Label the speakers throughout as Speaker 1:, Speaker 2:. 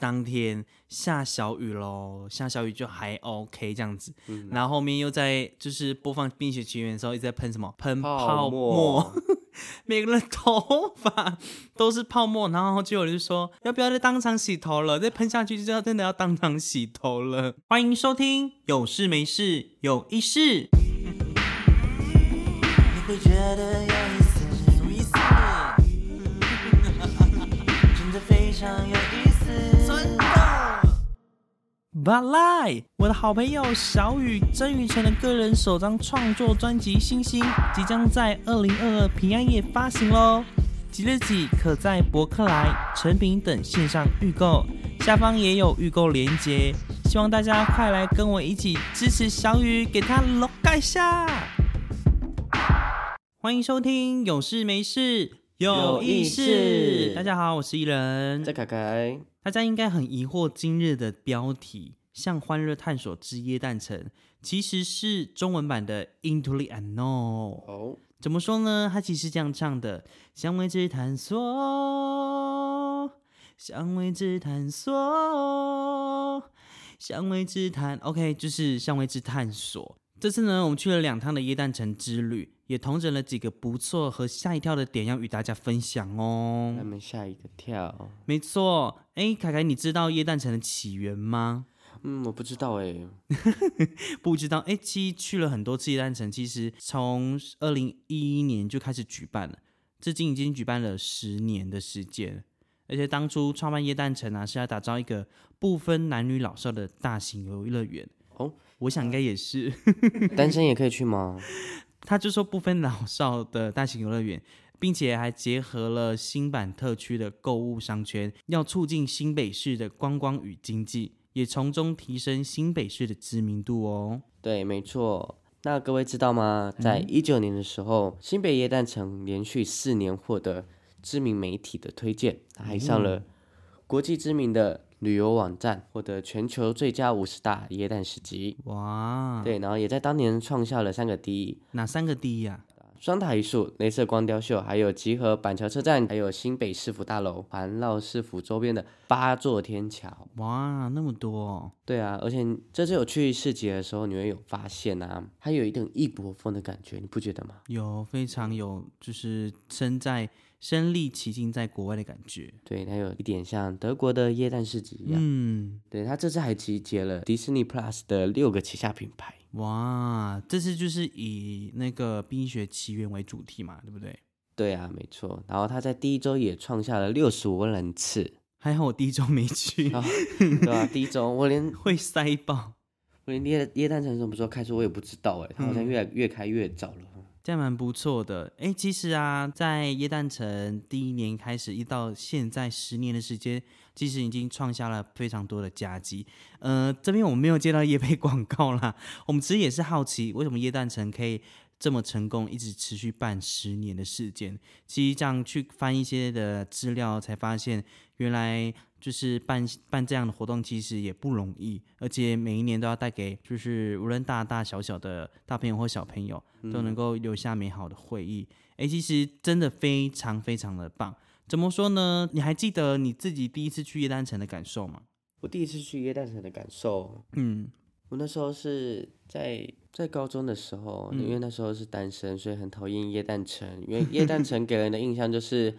Speaker 1: 当天下小雨喽，下小雨就还 OK 这样子，然后后面又在就是播放《冰雪奇缘》的时候一直在喷什么喷泡
Speaker 2: 泡
Speaker 1: 沫，
Speaker 2: 沫
Speaker 1: 每个人头发都是泡沫，然后就有人就说要不要再当场洗头了？再喷下去就要真的要当场洗头了。欢迎收听，有事没事有一事。
Speaker 3: 你会觉得有意思，有意思，真的非常有意思，真的。
Speaker 1: 巴赖，我的好朋友小雨曾雨辰的个人首张创作专辑《星星》即将在二零二二平安夜发行喽，即日起可在博客来、成品等线上预购，下方也有预购链接，希望大家快来跟我一起支持小雨，给他楼盖下。欢迎收听《有事没事有
Speaker 2: 有
Speaker 1: 意
Speaker 2: 意
Speaker 1: 事》
Speaker 2: 事
Speaker 1: 大家好，我是伊人，
Speaker 2: 在凯凯，
Speaker 1: 大家应该很疑惑今日的标题“向欢乐探索之耶诞城”，其实是中文版的《Into the Unknown》。
Speaker 2: 哦，
Speaker 1: 怎么说呢？它其实这样唱的：“想为之探索，想为之探索，想为之探。” OK，就是想为之探索。这次呢，我们去了两趟的耶诞城之旅，也同整了几个不错和吓一跳的点，要与大家分享哦。
Speaker 2: 他们吓一个跳。
Speaker 1: 没错，哎，凯凯，你知道椰蛋城的起源吗？
Speaker 2: 嗯，我不知道哎、
Speaker 1: 不知道，哎，其实去了很多次椰蛋城，其实从二零一一年就开始举办了，至今已经举办了十年的时间。而且当初创办椰蛋城啊，是要打造一个不分男女老少的大型游乐园。
Speaker 2: 哦，
Speaker 1: 我想应该也是。
Speaker 2: 单身也可以去吗？
Speaker 1: 他就说不分老少的大型游乐园，并且还结合了新版特区的购物商圈，要促进新北市的观光与经济，也从中提升新北市的知名度哦。
Speaker 2: 对，没错。嗯那各位知道吗？在一九年的时候，新北耶诞城连续四年获得知名媒体的推荐，它还上了国际知名的旅游网站，获得全球最佳五十大耶诞市集。
Speaker 1: 哇，
Speaker 2: 对，然后也在当年创下了三个第一：
Speaker 1: 哪三个第一啊？
Speaker 2: 双塔一树、镭射光雕秀，还有集合板桥车站，还有新北市府大楼，环绕市府周边的八座天桥。
Speaker 1: 哇，那么多、哦，
Speaker 2: 对啊，而且这次有去市集的时候，你会有发现啊，它有一种异国风的感觉，你不觉得吗？
Speaker 1: 有非常有，就是身在身历其境，在国外的感觉。
Speaker 2: 对，它有一点像德国的耶诞市集一样。
Speaker 1: 嗯，
Speaker 2: 对，它这次还集结了迪士尼 Plus 的六个旗下品牌。
Speaker 1: 哇，这次就是以那个《冰雪奇缘》为主题嘛，对不对？
Speaker 2: 对啊，没错。然后它在第一周也创下了六十五人次。
Speaker 1: 还好我第一周没去，
Speaker 2: 啊，对啊，第一周我连
Speaker 1: 会塞爆。
Speaker 2: 我连耶耶诞城什么时候开始我也不知道哎，它好像越来越开越早了。
Speaker 1: 这样蛮不错的。哎，其实啊，在耶诞城第一年开始，一到现在十年的时间，其实已经创下了非常多的佳绩。呃，这边我们没有接到耶配广告啦， 我们其实也是好奇，为什么耶诞城可以这么成功，一直持续办十年的时间？其实这样去翻一些的资料，才发现原来。就是办办这样的活动，其实也不容易，而且每一年都要带给就是无论大大小小的大朋友或小朋友，都能够留下美好的回忆。哎、其实真的非常非常的棒。怎么说呢？你还记得你自己第一次去叶丹城的感受吗？
Speaker 2: 我第一次去耶诞城的感受，
Speaker 1: 嗯，
Speaker 2: 我那时候是在在高中的时候，
Speaker 1: 嗯
Speaker 2: 因为那时候是单身，所以很讨厌耶诞城。因为耶诞城给人的印象就是，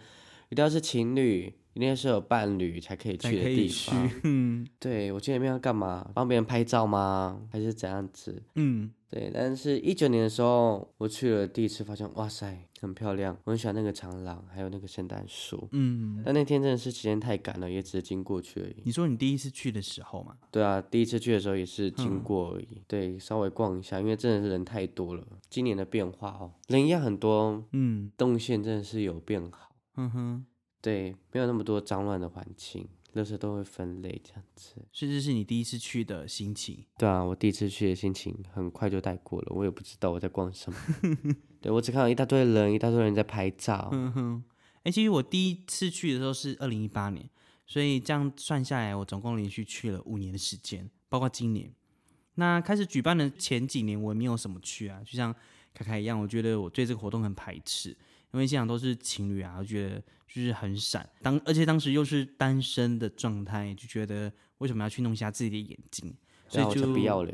Speaker 2: 一定要是情侣，一定要是有伴侣才可以
Speaker 1: 才
Speaker 2: 去的
Speaker 1: 可以
Speaker 2: 地
Speaker 1: 去
Speaker 2: 方。。
Speaker 1: 嗯
Speaker 2: 对，我去那边要干嘛？帮别人拍照吗？还是怎样子？
Speaker 1: 嗯，
Speaker 2: 对，但是一九年的时候，我去了第一次，发现哇塞，很漂亮，我很喜欢那个长廊，还有那个圣诞树。
Speaker 1: 嗯，
Speaker 2: 但那天真的是时间太赶了，也只是经过去而已。
Speaker 1: 你说你第一次去的时候嘛，
Speaker 2: 对啊，第一次去的时候也是
Speaker 1: 嗯
Speaker 2: 经过而已，对，稍微逛一下，因为真的是人太多了。今年的变化哦，人一样很多，
Speaker 1: 嗯
Speaker 2: 动线真的是有变好，
Speaker 1: 哼嗯哼，
Speaker 2: 对，没有那么多脏乱的环境，垃圾都会分类这样子。
Speaker 1: 是这是你第一次去的心情。
Speaker 2: 对啊，我第一次去的心情很快就带过了，我也不知道我在 逛什么。对我只看到一大堆人，一大堆人在拍照。
Speaker 1: 嗯哼，哎、其实我第一次去的时候是二零一八年，所以这样算下来，我总共连续去了五年的时间，包括今年。那开始举办的前几年，我也没有什么去啊，就像凯凯一样，我觉得我对这个活动很排斥，因为现场都是情侣啊，我觉得就是很闪。当而且当时又是单身的状态，就觉得为什么要去弄瞎自己的眼睛？所
Speaker 2: 然后
Speaker 1: 以
Speaker 2: 我
Speaker 1: 就
Speaker 2: 就不要了。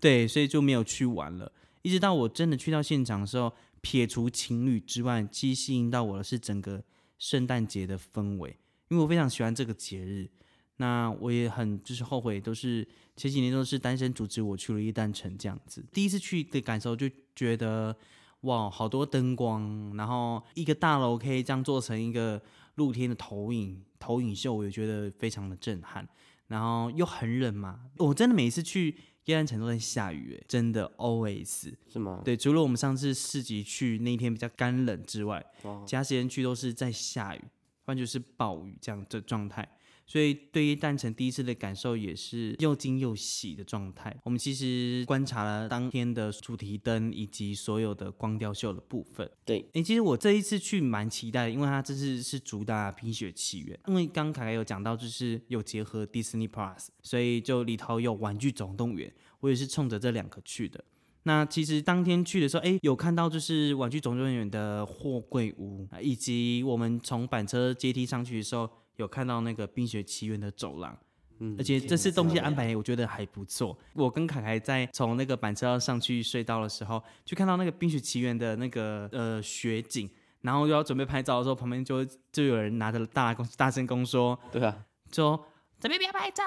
Speaker 1: 对，所以就没有去玩了。一直到我真的去到现场的时候，撇除情侣之外，其实吸引到我的是整个圣诞节的氛围，因为我非常喜欢这个节日。那我也很就是后悔，都是前几年都是单身阻止我去了一诞城这样子。第一次去的感受就觉得，哇，好多灯光，然后一个大楼可以这样做成一个露天的投影投影秀，我也觉得非常的震撼。然后又很冷嘛，我真的每一次去耶诞城都在下雨、欸，真的 always。
Speaker 2: 是吗？
Speaker 1: 对，除了我们上次市集去那天比较干冷之外，
Speaker 2: 哦
Speaker 1: 其他时间去都是在下雨，不然就是暴雨这样的状态。所以对于诞城第一次的感受也是又惊又喜的状态。我们其实观察了当天的主题灯以及所有的光雕秀的部分。
Speaker 2: 对，
Speaker 1: 诶，其实我这一次去蛮期待的，因为它这次是主打《冰雪奇缘》，因为刚刚凯凯有讲到，就是有结合 Disney Plus，所以就里头有《玩具总动员》，我也是冲着这两个去的。那其实当天去的时候，诶，有看到就是《玩具总动员》的货柜屋，啊以及我们从板车阶梯上去的时候，有看到那个《冰雪奇缘》的走廊。
Speaker 2: 嗯
Speaker 1: 而且这次东西安排我觉得还不错。我跟凯凯在从那个板车上上去隧道的时候，就看到那个《冰雪奇缘》的那个呃雪景，然后又要准备拍照的时候，旁边就就有人拿着大公大声公说
Speaker 2: 对啊，
Speaker 1: 说。这边不要拍照，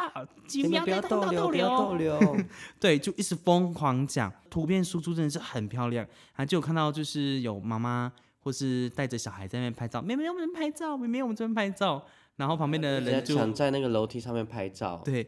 Speaker 1: 请
Speaker 2: 真的
Speaker 1: 对通道
Speaker 2: 不要
Speaker 1: 流
Speaker 2: 逗。留。
Speaker 1: 哦对，就一直疯狂讲，图片输出真的是很漂亮，还就有看到就是有妈妈或是带着小孩在那边拍照，妹妹我们这边拍照，妹妹我们这边拍照，然后旁边的
Speaker 2: 人家
Speaker 1: 人就
Speaker 2: 抢在那个楼梯上面拍照，
Speaker 1: 对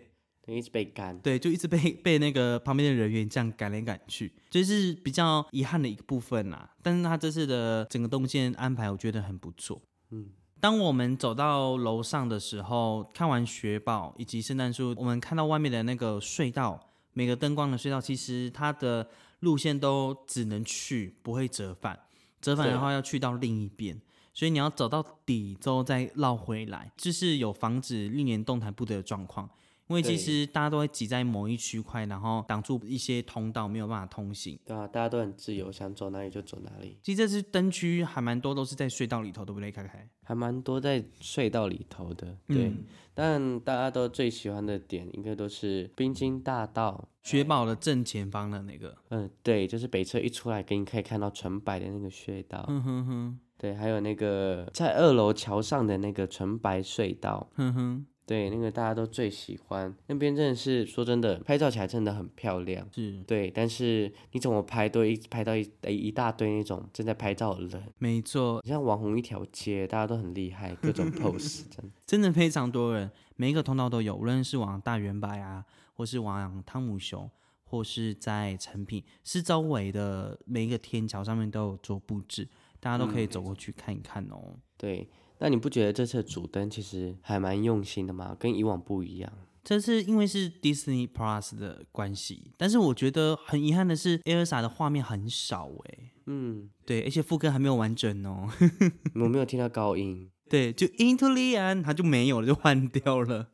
Speaker 2: 等于一直被干。
Speaker 1: 对，就一直被 被那个旁边的人员这样赶来赶去，就是比较遗憾的一个部分啦。但是他这次的整个动线安排，我觉得很不错。嗯
Speaker 2: 嗯，
Speaker 1: 当我们走到楼上的时候，看完雪宝以及圣诞树，我们看到外面的那个隧道，每个灯光的隧道，其实它的路线都只能去，不会折返。折返的
Speaker 2: 啊
Speaker 1: 话要去到另一边，所以你要走到底之后再绕回来，就是有防止历年动弹不得的状况。因为其
Speaker 2: 对
Speaker 1: 实大家都会挤在某一区块，然后挡住一些通道，没有办法通行。
Speaker 2: 对啊，大家都很自由，想走哪里就走哪里，
Speaker 1: 其实这次灯区还蛮多都是在隧道里头，对不对，凯凯？
Speaker 2: 还蛮多在隧道里头的。对，但大家都最喜欢的点应该都是冰晶大道。
Speaker 1: 雪宝的正前方的那个，
Speaker 2: 嗯，对，就是北侧一出来，给你可以看到纯白的那个隧道。
Speaker 1: 哼哼哼
Speaker 2: 对，还有那个在二楼桥上的那个纯白隧道。
Speaker 1: 哼哼，
Speaker 2: 对，那个大家都最喜欢，那边真的是说真的，拍照起来真的很漂亮。
Speaker 1: 是
Speaker 2: 对，但是你怎么拍都一拍到一哎一大堆那种正在拍照的人，
Speaker 1: 没错，
Speaker 2: 你像网红一条街，大家都很 厉害，各种 pose，真的。
Speaker 1: 真的非常多人，每一个通道都有，无论是往大圆白啊，或是往汤姆熊，或是在成品，是周围的每一个天桥上面都有做布置，大家都可以走过去看一看哦。
Speaker 2: 对，那你不觉得这次的主灯其实还蛮用心的吗？跟以往不一样。
Speaker 1: 这次因为是 Disney Plus 的关系，但是我觉得很遗憾的是，Elsa 的画面很少哎、
Speaker 2: 嗯，
Speaker 1: 对，而且副歌还没有完整哦。
Speaker 2: 我没有听到高音，
Speaker 1: 对，就 Into the End 它就没有了，就换掉了，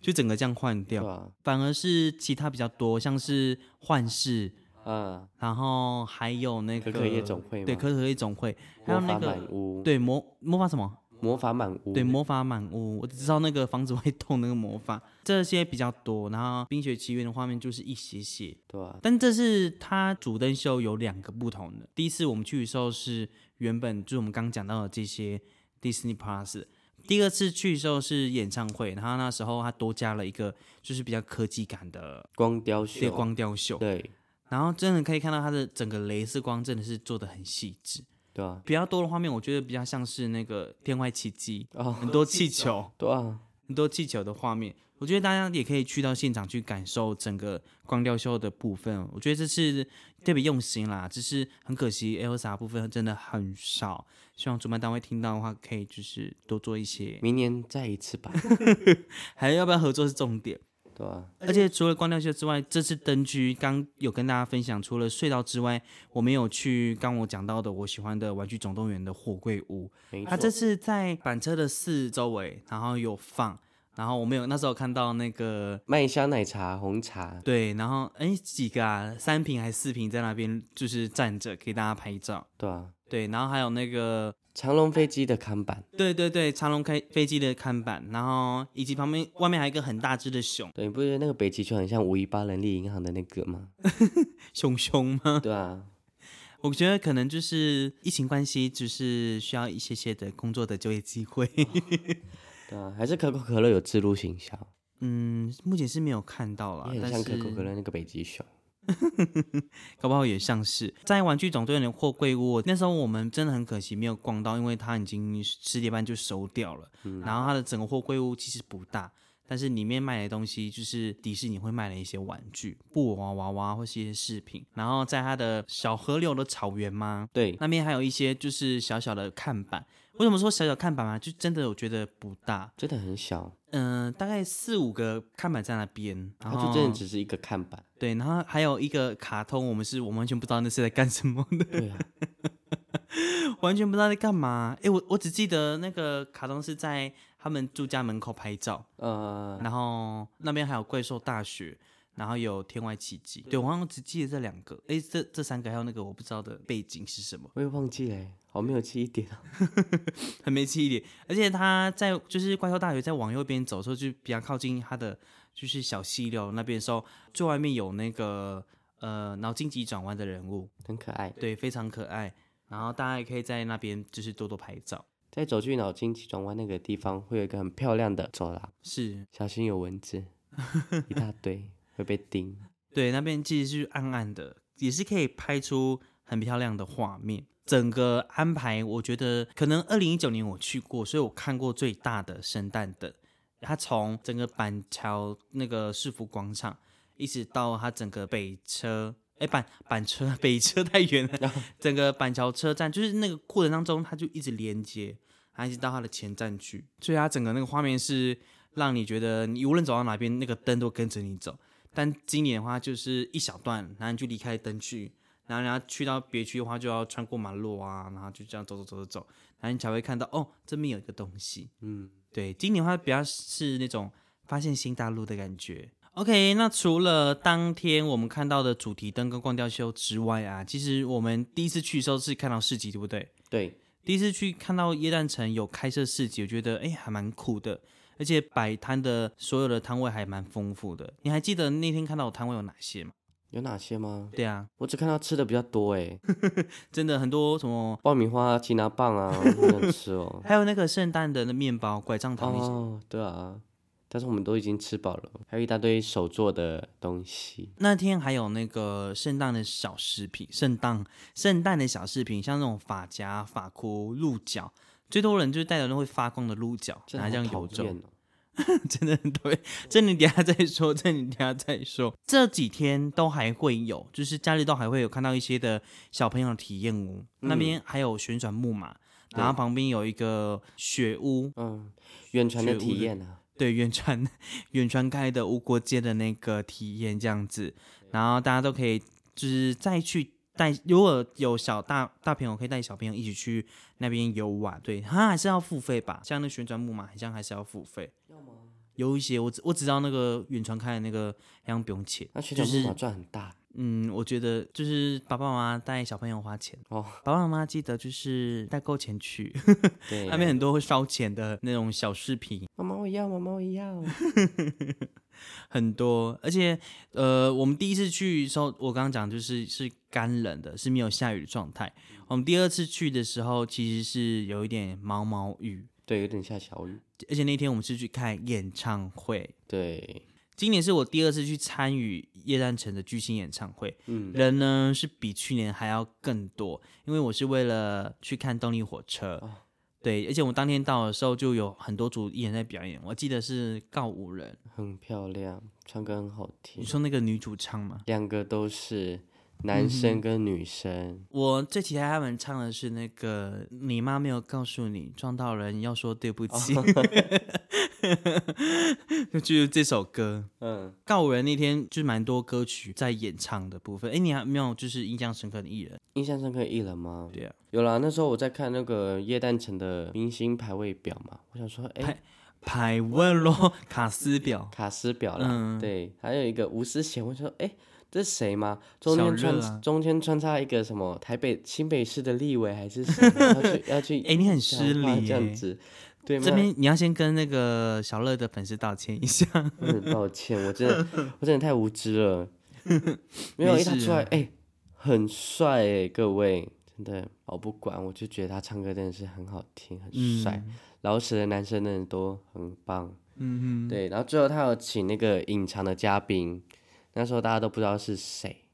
Speaker 1: 就整个这样换
Speaker 2: 对啊
Speaker 1: 掉。
Speaker 2: 吧？
Speaker 1: 反而是其他比较多，像是幻视，
Speaker 2: 嗯，
Speaker 1: 然后还有那个
Speaker 2: 可可夜总会
Speaker 1: 对，
Speaker 2: 吗
Speaker 1: 可可夜总会，还有
Speaker 2: 魔
Speaker 1: 那
Speaker 2: 法
Speaker 1: 个
Speaker 2: 满屋，
Speaker 1: 对魔魔法什么？
Speaker 2: 魔法满屋，
Speaker 1: 对，魔法满屋，我只知道那个房子会动那个魔法，这些比较多。然后《冰雪奇缘》的画面就是一些些，
Speaker 2: 对吧？
Speaker 1: 但这是它主灯秀有两个不同的。第一次我们去的时候是原本就是我们刚讲到的这些 Disney Plus，第二次去的时候是演唱会，然后那时候它多加了一个就是比较科技感的
Speaker 2: 光雕
Speaker 1: 一个
Speaker 2: 秀，
Speaker 1: 光雕秀，
Speaker 2: 对，
Speaker 1: 然后真的可以看到它的整个镭射光真的是做的很细致，
Speaker 2: 对吧？
Speaker 1: 比较多的画面我觉得比较像是那个天外奇迹，
Speaker 2: 哦，
Speaker 1: 很多气球。
Speaker 2: 对啊，
Speaker 1: 很多气球的画面，我觉得大家也可以去到现场去感受整个光雕秀的部分。我觉得这次特别用心啦，只是很可惜 Elsa 部分真的很少。希望主办单位听到的话，可以就是多做一些，
Speaker 2: 明年再一次吧，
Speaker 1: 还要不要合作是重点。
Speaker 2: 对吧？
Speaker 1: 而且除了光雕秀之外，这次灯区刚有跟大家分享，除了隧道之外，我们有去刚我讲到的我喜欢的《玩具总动员》的货柜屋，
Speaker 2: 没
Speaker 1: 它
Speaker 2: 错，
Speaker 1: 啊这次在板车的四周围，然后有放，然后我们有那时候看到那个
Speaker 2: 麦香奶茶、红茶，
Speaker 1: 对，然后哎几个啊，三瓶还是四瓶在那边就是站着给大家拍照，
Speaker 2: 对吧？
Speaker 1: 对，然后还有那个
Speaker 2: 长龙飞机的看板，
Speaker 1: 对对对，长龙开飞机的看板，然后以及旁边外面还有一个很大只的熊，
Speaker 2: 对，你不觉得那个北极熊很像五一八人力银行的那个 吗？
Speaker 1: 熊熊吗？
Speaker 2: 对啊，
Speaker 1: 我觉得可能就是疫情关系，只是需要一些些的工作的就业机会。
Speaker 2: 对啊，还是可口可乐有自入行销，
Speaker 1: 嗯，目前是没有看到啦，
Speaker 2: 也
Speaker 1: 啊
Speaker 2: 很
Speaker 1: 但
Speaker 2: 像
Speaker 1: 是
Speaker 2: 可口可乐那个北极熊。
Speaker 1: 搞不好也像是在玩具总动员的货柜屋。那时候我们真的很可惜没有逛到，因为它已经十点半就收掉了。
Speaker 2: 嗯
Speaker 1: 然后它的整个货柜屋其实不大，但是里面卖的东西就是迪士尼会卖的一些玩具、布偶啊、娃娃或是一些饰品。然后在它的小河流的草原吗？
Speaker 2: 对，
Speaker 1: 那边还有一些就是小小的看板。为什么说小小看板嘛？就真的我觉得不大，
Speaker 2: 真的很小，
Speaker 1: 嗯、大概四五个看板在那边，然
Speaker 2: 它
Speaker 1: 后
Speaker 2: 就真的只是一个 看板。
Speaker 1: 对，然后还有一个卡通，我们是我完全不知道那是在干什么的，
Speaker 2: 对啊，
Speaker 1: 完全不知道在干嘛。诶，我我只记得那个卡通是在他们住家门口拍照，
Speaker 2: 呃，
Speaker 1: 然后那边还有怪兽大学，然后有天外奇迹。对，我好像只记得这两个，诶，这这三个还有那个我不知道的背景是什么，
Speaker 2: 我也忘记了欸，好没有记忆点啊。
Speaker 1: 很没记忆点。而且他在就是怪兽大学再往右边走的时候，就比较靠近他的就是小溪流那边的时候，最外面有那个呃脑筋急转弯的人物。
Speaker 2: 很可爱。
Speaker 1: 对，非常可爱。然后大家也可以在那边就是多多拍照。
Speaker 2: 在走去脑筋急转弯那个地方，会有一个很漂亮的走廊，
Speaker 1: 是
Speaker 2: 小心有蚊子，一大堆会被叮。
Speaker 1: 对，那边其实是暗暗的，也是可以拍出很漂亮的画面。整个安排，我觉得可能二零一九年我去过，所以我看过最大的圣诞的。它从整个板桥那个市府广场，一直到它整个北车，哎板板车 北车太远了，整个板桥车站就是那个过程当中，它就一直连接，它一直到它的前站去，所以它整个那个画面是让你觉得你无论走到哪边，那个灯都跟着你走。但今年的话就是一小段，然后你就离开灯区，然后你要去到别区的话，就要穿过马路啊，然后就这样走走走走走，然后你才会看到哦，这边有一个东西。嗯，对，今年的话比较是那种发现新大陆的感觉。OK，那除了当天我们看到的主题灯跟光雕秀之外啊，其实我们第一次去的时候是看到市集，对不对？
Speaker 2: 对，
Speaker 1: 第一次去看到耶诞城有开设市集，我觉得哎还蛮酷的，而且摆摊的所有的摊位还蛮丰富的。你还记得那天看到我摊位有哪些吗？
Speaker 2: 有哪些吗？
Speaker 1: 对啊，
Speaker 2: 我只看到吃的比较多诶，
Speaker 1: 真的很多什么，
Speaker 2: 爆米花、吉拿棒啊，我很想吃哦。
Speaker 1: 还有那个圣诞的那面包、拐杖 糖那些。
Speaker 2: 哦，对啊，但是我们都已经吃饱了，还有一大堆手做的东西。
Speaker 1: 那天还有那个圣诞的小饰品，圣诞圣诞的小饰品，像那种发夹、发箍、鹿角，最多人就是带着那会发光的鹿角，
Speaker 2: 真
Speaker 1: 拿
Speaker 2: 的
Speaker 1: 这样
Speaker 2: 好
Speaker 1: 游
Speaker 2: 讨
Speaker 1: 走
Speaker 2: 厌。哦。
Speaker 1: 真的很对，这你等一下再说，这你等一下再说。这几天都还会有，就是假日都还会有看到一些的小朋友的体验屋，那边还有旋转木马，然后旁边有一个雪屋，
Speaker 2: 嗯，远传的
Speaker 1: 学物
Speaker 2: 体
Speaker 1: 的
Speaker 2: 验啊，
Speaker 1: 对，远川远川开的无国街的那个体验这样子，然后大家都可以就是再去带，如果有小大大朋友可以带小朋友一起去那边游玩，对，它还是要付费吧，像那旋转木马好像还是要付费，有一些我只我只知道那个远川开的那个好像不用钱，
Speaker 2: 那旋
Speaker 1: 就
Speaker 2: 转木
Speaker 1: 是
Speaker 2: 马赚很大，
Speaker 1: 嗯，我觉得就是爸爸妈妈带小朋友花钱
Speaker 2: 哦
Speaker 1: 爸爸妈妈记得就是带够钱去，
Speaker 2: 对
Speaker 1: 那，边很多会烧钱的那种小饰品，
Speaker 2: 妈妈我要，妈妈我要。
Speaker 1: 很多，而且呃，我们第一次去的时候，我刚刚讲就是是干冷的，是没有下雨的状态。我们第二次去的时候，其实是有一点毛毛雨，
Speaker 2: 对，有点下小雨。
Speaker 1: 而且那天我们是去看演唱会。
Speaker 2: 对，
Speaker 1: 今年是我第二次去参与叶诞城的巨星演唱会，人呢是比去年还要更多，因为我是为了去看动力火车，对，而且我当天到的时候就有很多组艺人在表演，我记得是告五人，
Speaker 2: 很漂亮，唱歌很好
Speaker 1: 你
Speaker 2: 听，
Speaker 1: 说那个女主唱吗？
Speaker 2: 两个都是
Speaker 1: 嗯
Speaker 2: 男生跟女生。
Speaker 1: 我最期待他们唱的是那个“你妈没有告诉你撞到人要说对不起”， 就就是这首歌。
Speaker 2: 嗯，
Speaker 1: 告五人那天就是蛮多歌曲在演唱的部分。哎，你还没有就是印象深刻的艺人？
Speaker 2: 印象深刻的艺人吗？
Speaker 1: 对啊，
Speaker 2: 有啦。那时候我在看那个叶诞城的明星排位表嘛，我想说，哎、
Speaker 1: 排派文罗卡斯表，哦
Speaker 2: 卡斯表啦，对，还有一个吴思贤，我想说，哎、这是谁吗？中
Speaker 1: 小
Speaker 2: 间
Speaker 1: 热
Speaker 2: 穿、
Speaker 1: 啊
Speaker 2: 中间穿插一个什么台北新北市的立委还是什么，要去要去
Speaker 1: 哎你很
Speaker 2: 讲
Speaker 1: 失
Speaker 2: 话
Speaker 1: 礼
Speaker 2: 这样
Speaker 1: 耶
Speaker 2: 子，对
Speaker 1: 这
Speaker 2: 吗？
Speaker 1: 边你要先跟那个小乐的粉丝道歉一下。
Speaker 2: 我很抱歉，我真的我真的太无知了。没有，
Speaker 1: 没
Speaker 2: 因为他
Speaker 1: 事
Speaker 2: 出来
Speaker 1: 啊
Speaker 2: 哎、很帅哎、各位真的，我不管，我就觉得他唱歌真的是很好听，很帅。老舍的男生真的都很棒，
Speaker 1: 嗯
Speaker 2: 对。然后最后他有请那个隐藏的嘉宾，那时候大家都不知道是谁。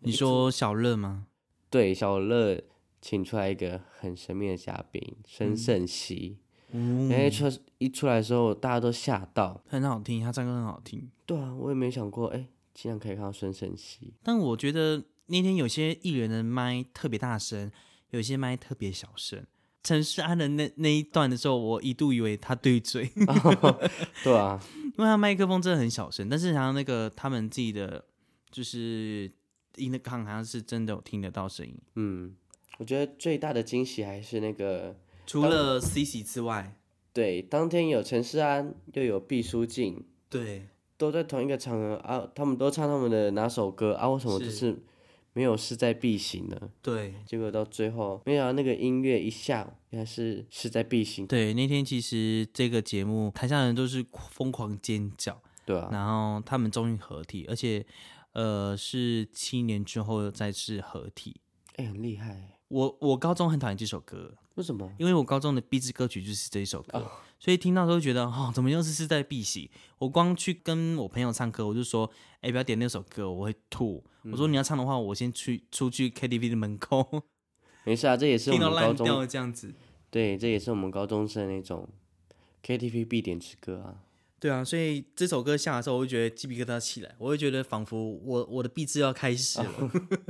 Speaker 1: 哼，你说小乐吗？
Speaker 2: 对，小乐请出来一个很神秘的嘉宾，申胜熙。哎
Speaker 1: 嗯，
Speaker 2: 然后一出一出来的时候，大家都吓到。
Speaker 1: 很好听，他唱歌很好听。
Speaker 2: 对啊，我也没想过，哎、竟然可以看到申胜熙。
Speaker 1: 但我觉得那天有些艺人的麦特别大声，有些麦特别小声。陈世安的那那一段的时候，我一度以为他对嘴， 因
Speaker 2: 对啊，
Speaker 1: 为他麦克风真的很小声。但是好像那个他们自己的就是音的抗，好像是真的有听得到声音。
Speaker 2: 嗯，我觉得最大的惊喜还是那个，
Speaker 1: 除了 C C 之外，
Speaker 2: 对，当天有陈思安，又有毕书尽，
Speaker 1: 对，
Speaker 2: 都在同一个场合啊，他们都唱他们的哪首歌啊？为什么
Speaker 1: 是
Speaker 2: 就是没有势在必行呢？
Speaker 1: 对，
Speaker 2: 结果到最后，没想到那个音乐一下，原来是势在必行，
Speaker 1: 对，那天其实这个节目台下人都是疯狂尖叫，
Speaker 2: 对啊，
Speaker 1: 然后他们终于合体，而且呃是七年之后再次合体。
Speaker 2: 哎、很厉害，
Speaker 1: 我我高中很讨厌这首歌，
Speaker 2: 为什么？
Speaker 1: 因为我高中的必制歌曲就是这一首
Speaker 2: 哦
Speaker 1: 歌，所以听到都会觉得哦，怎么又是势在必行？我光去跟我朋友唱歌，我就说，哎，不要点那首歌，我会吐。
Speaker 2: 嗯
Speaker 1: 我说你要唱的话，我先去出去 KTV 的门口，
Speaker 2: 没事啊，这也是我
Speaker 1: 听到
Speaker 2: 们高
Speaker 1: 烂掉
Speaker 2: 中，
Speaker 1: 了这样子。
Speaker 2: 对，这也是我们高中生那种 KTV 必点之歌啊。
Speaker 1: 对啊，所以这首歌下的时候，我会觉得鸡皮疙瘩起来，我会觉得仿佛我我的闭智要开始
Speaker 2: 哦
Speaker 1: 了。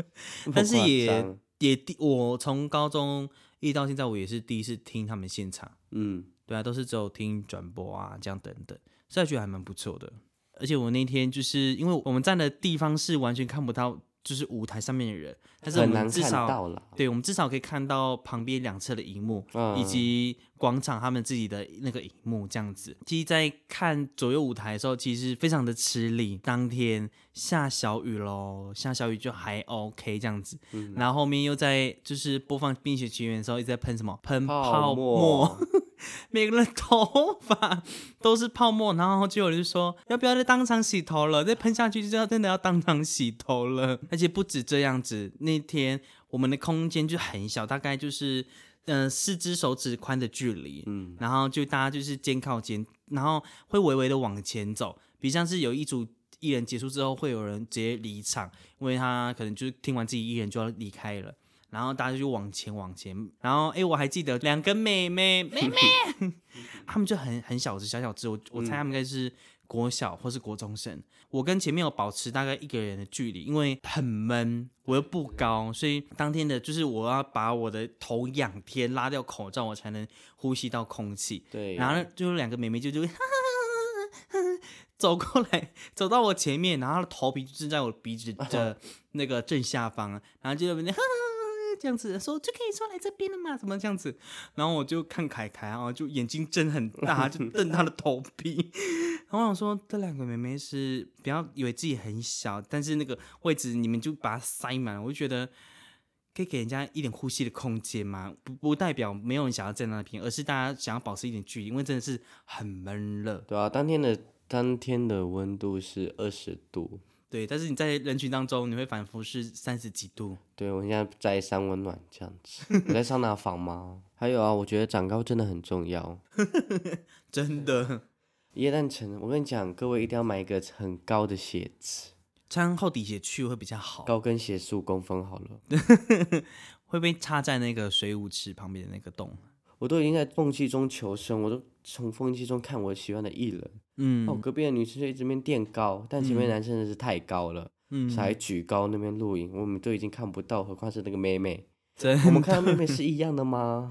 Speaker 1: 但是
Speaker 2: 那么
Speaker 1: 也
Speaker 2: 夸张
Speaker 1: 也第我从高中一直到现在，我也是第一次听他们现场。
Speaker 2: 嗯，
Speaker 1: 对啊，都是只有听转播啊，这样等等，所以觉得还蛮不错的。而且我那天就是因为我们站的地方是完全看不到，就是舞台上面的人，但是我
Speaker 2: 很难
Speaker 1: 们至
Speaker 2: 看
Speaker 1: 少
Speaker 2: 到啦。
Speaker 1: 对我们至少可以看到旁边两侧的荧幕，
Speaker 2: 嗯
Speaker 1: 以及广场他们自己的那个荧幕这样子。其实，在看左右舞台的时候，其实非常的吃力。当天下小雨喽，下小雨就还 OK 这样子。
Speaker 2: 嗯
Speaker 1: 然后后面又在就是播放《冰雪奇缘》的时候，一直在喷什么喷泡
Speaker 2: 嗯泡
Speaker 1: 沫， 每个人头发都是泡沫。然后就有人就说要不要再当场洗头了？再喷下去就要真的要当场洗头了。而且不止这样子，那天我们的空间就很小，大概就是。嗯、四只手指宽的距离，嗯，然后就大家就是肩靠肩，然后会微微的往前走，比像是有一组艺人结束之后，会有人直接离场，因为他可能就是听完自己艺人就要离开了。然后大家就往前往前，然后哎，我还记得两个妹妹妹妹，他们就很很小只小小只，我我猜他们应该是国小或是国中生。我跟前面有保持大概一个人的距离，因为很闷，我又不高，所以当天的就是我要把我的头仰天，拉掉口罩，我才能呼吸到空气。
Speaker 2: 对，
Speaker 1: 然后就有两个妹妹就就走过来，走到我前面，然后她的头皮就正在我鼻子的那个正下方，然后就在那边这样子说就可以说来这边了嘛，怎么这样子？然后我就看凯凯啊，就眼睛睁很大，就瞪她的头皮。然后我想说，这两个妹妹是不要以为自己很小，但是那个位置你们就把它塞满了，我就觉得可以给人家一点呼吸的空间吗？不不代表没有人想要站在那边，而是大家想要保持一点距离，因为真的是很闷热。
Speaker 2: 对啊，当天的当天的温度是二十度，
Speaker 1: 对，但是你在人群当中，你会反复是三十几度。
Speaker 2: 对我现在在三温暖这样子，我在桑拿房吗？还有啊，我觉得长高真的很重要。
Speaker 1: 真的，
Speaker 2: 耶诞城，我跟你讲，各位一定要买一个很高的鞋子，
Speaker 1: 穿厚底鞋去会比较好，
Speaker 2: 高跟鞋十五公分好了。
Speaker 1: 会被插在那个水舞池旁边的那个洞。
Speaker 2: 我都已经在缝隙中求生，我都从缝隙中看我喜欢的艺人。
Speaker 1: 嗯
Speaker 2: 哦，隔壁的女生就一直边垫高，但前面男生真的是太高了，
Speaker 1: 嗯，
Speaker 2: 才举高那边录影，我们都已经看不到，何况是那个 妹妹。
Speaker 1: 真
Speaker 2: 我们看到妹妹是一样的吗？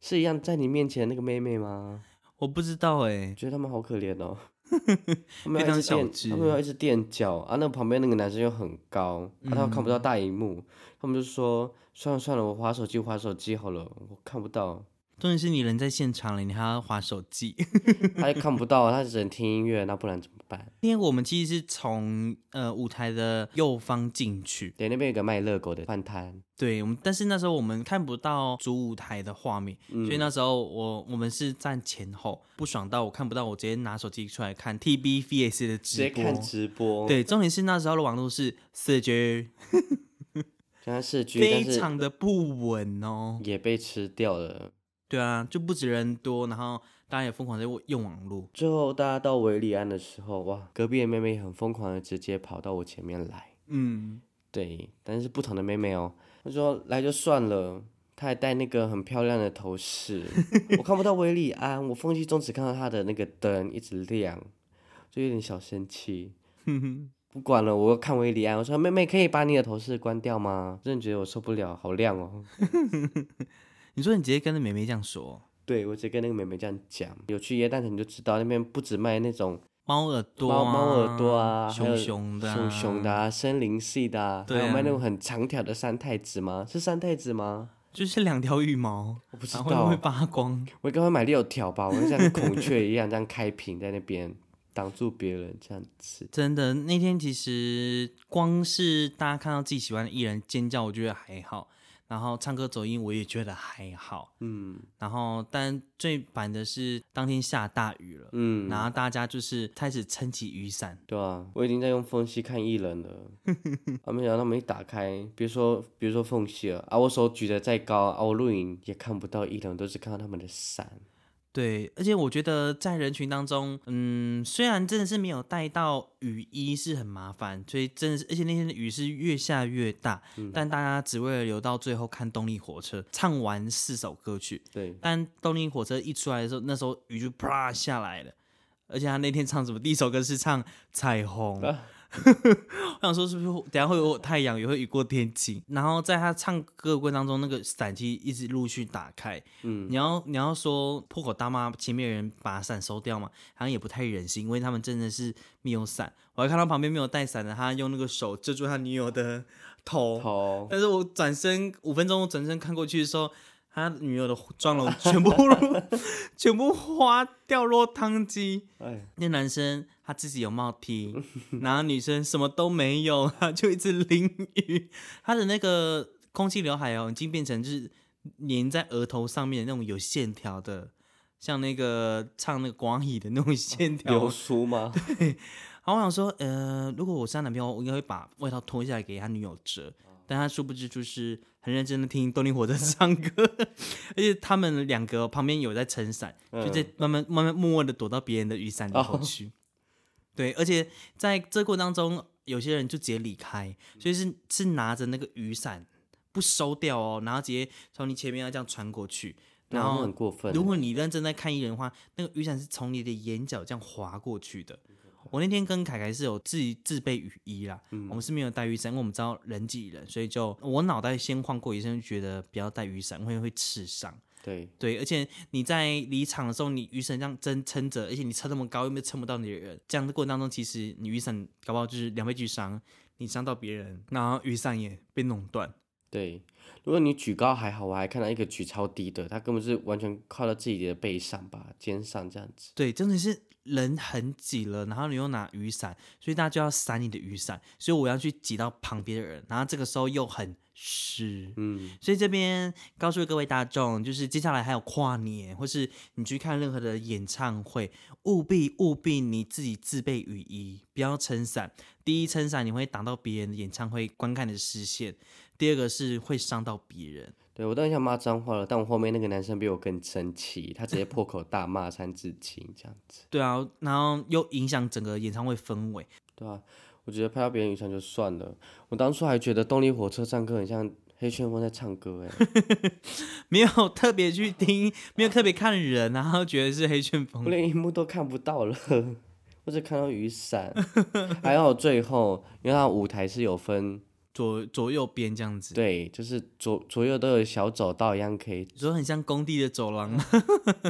Speaker 2: 是一样在你面前的那个妹妹吗？
Speaker 1: 我不知道哎、
Speaker 2: 我觉得他们好可怜哦，他们
Speaker 1: 非
Speaker 2: 要
Speaker 1: 常
Speaker 2: 一直
Speaker 1: 小
Speaker 2: 垫，
Speaker 1: 只
Speaker 2: 他们要一直垫脚啊。那旁边那个男生又很高，
Speaker 1: 嗯
Speaker 2: 啊，他看不到大荧幕，他们就说算了算了，我划手机划手机好了，我看不到。
Speaker 1: 重点是你人在现场了，你还要划手机。
Speaker 2: 他就看不到，他只能听音乐，那不然怎么办？
Speaker 1: 因为我们其实是从呃舞台的右方进去，
Speaker 2: 对，那边有个卖热狗的饭摊，
Speaker 1: 对，我们但是那时候我们看不到主舞台的画面，所
Speaker 2: 嗯
Speaker 1: 以那时候我我们是站前后，不爽到我看不到，我直接拿手机出来看 T B V S 的直
Speaker 2: 直接
Speaker 1: 播。
Speaker 2: 看直播，，
Speaker 1: 对，重点是那时候的网络是四 G，
Speaker 2: 虽然是剧，但
Speaker 1: 非
Speaker 2: 是
Speaker 1: 常的不稳哦。
Speaker 2: 也被吃掉了。
Speaker 1: 对啊，就不止人多，然后大家也疯狂在用网络。
Speaker 2: 最后大家到维里安的时候，哇，隔壁的妹妹也很疯狂的直接跑到我前面来，
Speaker 1: 嗯，
Speaker 2: 对，但是不同的妹妹哦，她说来就算了，她还戴那个很漂亮的头饰，我看不到维里安，我缝隙中只看到她的那个灯一直亮，就有点小 生气。不管了，我要看维里安。我说妹妹，可以把你的头饰关掉吗？真的觉得我受不了，好亮哦。
Speaker 1: 你说你直接跟着美美这样说，
Speaker 2: 对，我只跟那个妹妹这样讲，有去耶诞城你就知道，那边不止卖那种
Speaker 1: 猫耳朵、
Speaker 2: 猫
Speaker 1: 啊，
Speaker 2: 猫耳朵啊，还有
Speaker 1: 熊熊的、啊，
Speaker 2: 熊熊的、啊，森林系的啊，
Speaker 1: 对
Speaker 2: 还有卖那
Speaker 1: 啊
Speaker 2: 种很长条的三太子吗？是三太子吗？
Speaker 1: 就是两条羽毛，
Speaker 2: 我不知
Speaker 1: 然
Speaker 2: 道，
Speaker 1: 啊后会发光。
Speaker 2: 我刚刚买六条吧，我就像孔雀一样这样开屏在那边挡住别人这样子。
Speaker 1: 真的，那天其实光是大家看到自己喜欢的艺人尖叫，我觉得还好。然后唱歌走音，我也觉得还好。
Speaker 2: 嗯
Speaker 1: 然后，但最烦的是当天下大雨了，
Speaker 2: 嗯，
Speaker 1: 然后大家就是开始撑起雨伞。
Speaker 2: 对啊，我已经在用缝隙看艺人了，啊，没想到他们一打开，比如说比如说缝隙了啊，我手举得再高啊，我录影也看不到艺人，我都是看到他们的伞。
Speaker 1: 对，而且我觉得在人群当中，嗯，虽然真的是没有带到雨衣是很麻烦，所以真的是，而且那天的雨是越下越大，
Speaker 2: 嗯
Speaker 1: 但大家只为了留到最后看动力火车唱完四首歌曲，
Speaker 2: 对，
Speaker 1: 但动力火车一出来的时候，那时候雨就啪下来了。而且他那天唱什么？第一首歌是唱《彩虹》 我想说是不是等一下会有太阳，也会雨过天晴。然后在他唱歌的过程当中，那个伞其实一直陆续打开。嗯，你要你要说破口大骂前面的人把伞收掉嘛，好像也不太忍心，因为他们真的是没有伞。我还看到旁边没有带伞的，他用那个手遮住他女友的头，
Speaker 2: 头
Speaker 1: 但是我转身五分钟，我转身看过去的时候，他女友的妆容全部全部花掉落汤鸡。
Speaker 2: 哎，
Speaker 1: 那男生他自己有帽 T，然后女生什么都没有，他就一直淋雨。他的那个空气刘海哦，已经变成就是粘在额头上面的那种有线条的，像那个唱那个广语的那种线条。
Speaker 2: 流苏吗？
Speaker 1: 然后我想说，呃，如果我是她男朋友，我应该会把外套脱下来给他女友折。但他殊不知，就是很认真的听动力火车唱歌， 而且他们两个旁边有在撑伞，就在慢慢慢慢默默的躲到别人的雨伞里头去。对，而且在这过程当中，有些人就直接离开，所以是是拿着那个雨伞不收掉哦，然后直接从你前面要这样穿过去。
Speaker 2: 对
Speaker 1: 然
Speaker 2: 啊那
Speaker 1: 后
Speaker 2: 很过分
Speaker 1: 如果你认真在看艺人的话，那个雨伞是从你的眼角这样划过去的。我那天跟凯凯是有自己自备雨衣啦，我们是没有带雨伞，因为我们知道人挤人，所以就我脑袋先晃过一阵，就觉得不要带雨伞会会刺伤。
Speaker 2: 对，
Speaker 1: 对，而且你在离场的时候，你雨伞这样真撑着，而且你撑那么高，又没有撑不到你的人，这样的过程当中，其实你雨伞搞不好就是两倍巨伤，你伤到别人，然后雨伞也被弄断。
Speaker 2: 对，如果你举高还好，我还看到一个举超低的，他根本是完全靠到自己的背上吧、肩上这样子。
Speaker 1: 对，真的是人很挤了，然后你又拿雨伞，所以大家就要闪你的雨伞，所以我要去挤到旁边的人，然后这个时候又很湿，
Speaker 2: 嗯，
Speaker 1: 所以这边告诉各位大众，就是接下来还有跨年，或是你去看任何的演唱会，务必务必你自己自备雨衣，不要撑伞。第一，撑伞你会挡到别人的演唱会观看的视线；第二个是会伤到别人。
Speaker 2: 对我当时想骂脏话了，但我后面那个男生比我更生气，他直接破口大骂《三字经》这样子。
Speaker 1: 对啊，然后又影响整个演唱会氛围。
Speaker 2: 对啊，我觉得拍到别人雨伞就算了，我当初还觉得动力火车唱歌很像黑旋风在唱歌 哎，
Speaker 1: 没有特别去听，没有特别看人，然后觉得是黑旋
Speaker 2: 我
Speaker 1: 风。
Speaker 2: 连荧幕都看不到了， 我只看到雨伞。 还好最后，因为他舞台是有分，
Speaker 1: 左左右边这样子，
Speaker 2: 对，就是左左右都有小走道一样可以
Speaker 1: 你说很像工地的走廊吗？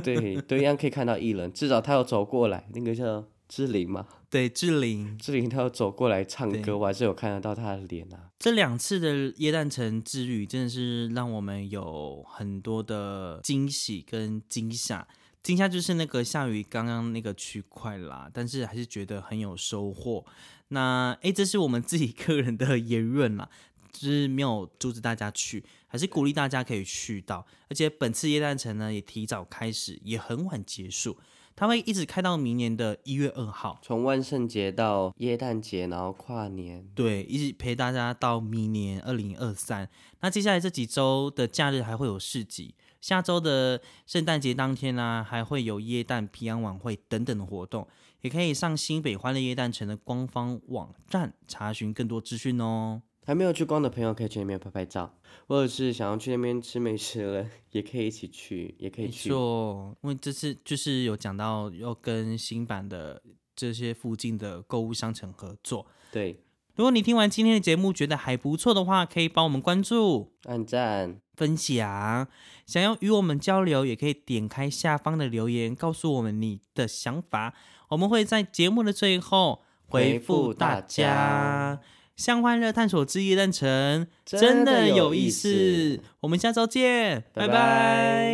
Speaker 2: 对，都一样可以看到艺人，至少他有走过来，那个叫志玲嘛，
Speaker 1: 对，志玲
Speaker 2: 志玲她有走过来唱
Speaker 1: 对
Speaker 2: 歌，我还是有看得到她的脸啊。
Speaker 1: 这两次的耶诞城之旅真的是让我们有很多的惊喜跟惊吓。惊吓就是那个下雨刚刚那个区块啦，但是还是觉得很有收获。那诶，这是我们自己个人的 言论啦，就是没有阻止大家去，还是鼓励大家可以去到。而且本次耶诞城呢也提早开始，也很晚结束，它会一直开到明年的一月二号。
Speaker 2: 从万圣节到耶诞节，然后跨年，
Speaker 1: 对，一直陪大家到明年二零二三。那接下来这几周的假日还会有市集，下周的圣诞节当天呢、啊还会有耶诞平安晚会等等的活动，也可以上新北欢乐耶诞城的官方网站查询更多资讯哦。
Speaker 2: 还没有去逛的朋友可以去那边拍拍照，或者是想要去那边吃美食了，也可以一起去，也可以
Speaker 1: 没
Speaker 2: 去。
Speaker 1: 错，因为这次就是有讲到要跟新版的这些附近的购物商城合作。
Speaker 2: 对，
Speaker 1: 如果你听完今天的节目觉得还不错的话，可以帮我们关注。
Speaker 2: 按赞，
Speaker 1: 分享，想要与我们交流，也可以点开下方的留言，告诉我们你的想法，我们会在节目的最后回复大
Speaker 2: 回复大
Speaker 1: 家。向欢乐探索之夜诞城
Speaker 2: 真的
Speaker 1: 的
Speaker 2: 有
Speaker 1: 有
Speaker 2: 意
Speaker 1: 意
Speaker 2: 思
Speaker 1: 思，我们下周见，拜
Speaker 2: 拜
Speaker 1: 拜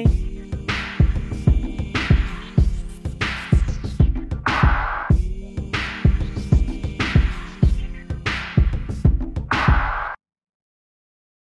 Speaker 2: 拜